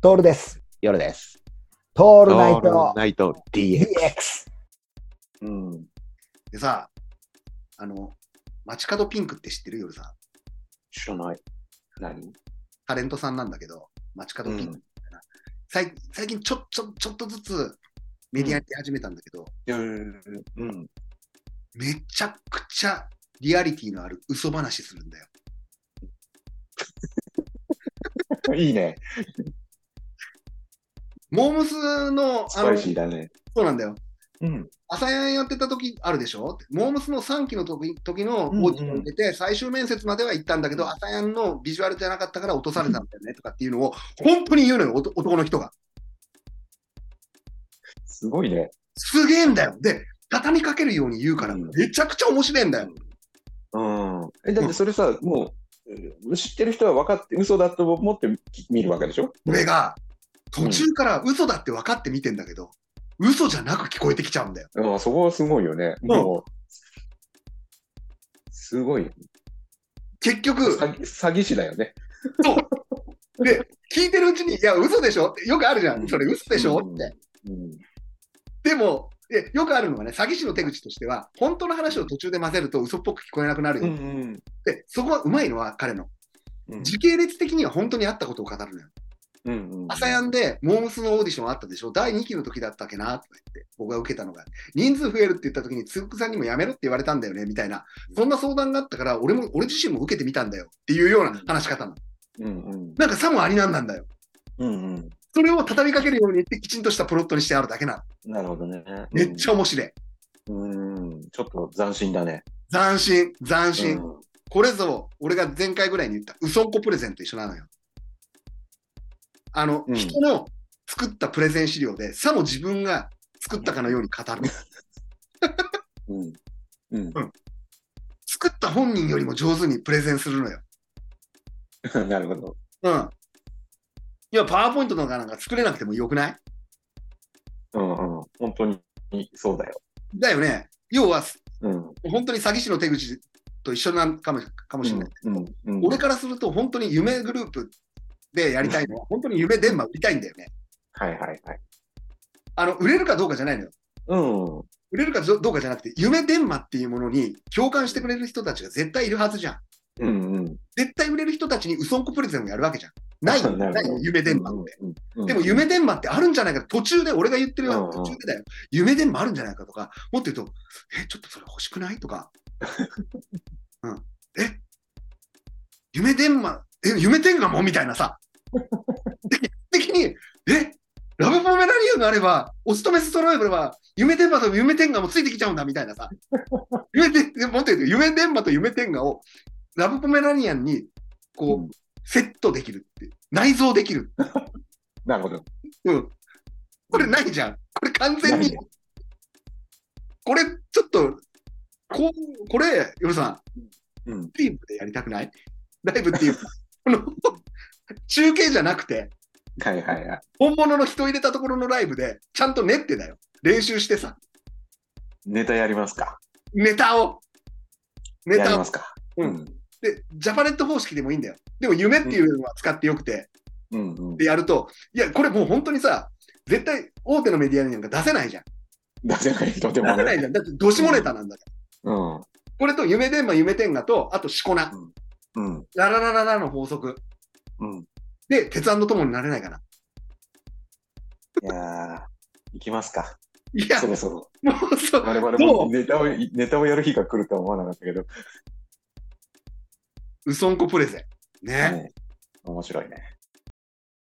トールです。夜です。トオールナイトナイト DX。 DX。うん。でさ、あの、街角ピンクって知ってる夜さん。知らない。何タレントさんなんだけど、街角ピンクみたいな。最最近ちょちょちょっとずつメディアに出始めたんだけど、うん。めちゃくちゃリアリティのある嘘話するんだよ。 いいね。モームスの、スあパのイシそーだね。うなんだよ。うん。朝やんやってた時あるでしょモームスの3期の時時のオーディションに出て、最終面接までは行ったんだけど、朝やんのビジュアルじゃなかったから落とされたんだよねとかっていうのを、本当に言うのよ、おと男の人が。すごいね。すげえんだよ。で、畳みかけるように言うから、うんめちゃくちゃ面白いんだよ。うん。え、だってそれさ、もう、知ってる人は分かって、嘘だと思って見るわけでしょ俺が途中から嘘だって分かって見てんだけど、嘘じゃなく聞こえてきちゃうんだよ。うん、そこはすごいよね。もう、すごい。結局、詐欺詐欺師だよね。そう。で、聞いてるうちに、いや、嘘でしょってよくあるじゃ。うんんそれ嘘でしょうんって。うん。でも、でよくあるのがね、詐欺師の手口としては、本当の話を途中で混ぜると嘘っぽく聞こえなくなるよ。んで、そこはうまいのは彼の。うん。時系列的には本当にあったことを語るのよ。うんうん。朝やんで、モームスのオーディションあったでしょ第2期の時だったっけなとか言って、僕が受けたのが。人数増えるって言った時に、つぐくさんにもやめろって言われたんだよね、みたいな。そんな相談があったから、俺も、俺自身も受けてみたんだよっていうような話し方なの。うんうん。なんかさもありなんなんだよ。うんうん。それを畳みかけるように言って、きちんとしたプロットにしてあるだけなの。なるほどね。めっちゃ。ゃ面白い。うん。ちょっと斬新だね。斬新、斬新。うんこれぞ、俺が前回ぐらいに言った、うそんこプレゼンと一緒なのよ。あの、うん人の作ったプレゼン資料で、さも自分が作ったかのように語る。うん。うん。作った本人よりも上手にプレゼンするのよ。 なるほど。うん。いや、パワーポイントとかなんか作れなくてもよくないうんうん。本当にそうだよ。だよね。要は、うん。本当に詐欺師の手口と一緒なんかもかもしれない。うん。うん。俺からすると、本当に夢グループでやりたいのは、本当に夢電話売りたいんだよね。はいはいはい。あの、売れるかどうかじゃないのよ。うん。売れるかどうかじゃなくて、夢電話っていうものに共感してくれる人たちが絶対いるはずじゃん。うんうん。絶対売れる人たちにウソンコプレゼンをやるわけじゃん。ないよ、なるほなどいよ夢電話って。うん。でも夢電話ってあるんじゃないか途中で俺が言ってるよ、うんうん途中でだよ夢電話あるんじゃないかとかもっと言うとえちょっとそれ欲しくないとか、 うん、え夢電話え夢天下もみたいなさ的的にえラブポメラニアンがあればお勤め揃えれば夢電話と夢天下もついてきちゃうんだみたいなさ夢でもっと言うと夢電話と夢天下をラブポメラニアンにこう、うんセットできるって内蔵できるなるほど。うん。これないじゃん。これ完全ないにね。これ、ちょっと、こう、これ、よるさん、うんライブでやりたくないライブっていう、 この、中継じゃなくて、はいはいはい。本物の人入れたところのライブで、ちゃんと練ってだよ。練習してさ、ネタやりますか。ネタを。ネやりタまを。すか。ううんん。で、ジャパネット方式でもいいんだよ。でも、夢っていうのは使ってよくて、うんうんで。やると、いや、これもう本当にさ、絶対大手のメディアになんか出せないじゃん。出せない人で出もせなね。いじゃん。だって、どしもネタなんだからうん。うこれと夢電話、夢天下と、あとしこな、ん。ラララララの法則うん。いで、鉄腕の友になれないかな。やー。行きますか。いやそ、ろそろ。もうそう、我々もネタを、ネタをやる日が来るとは思わなかったけど。うそんこプレゼン。ね。ね面白いね。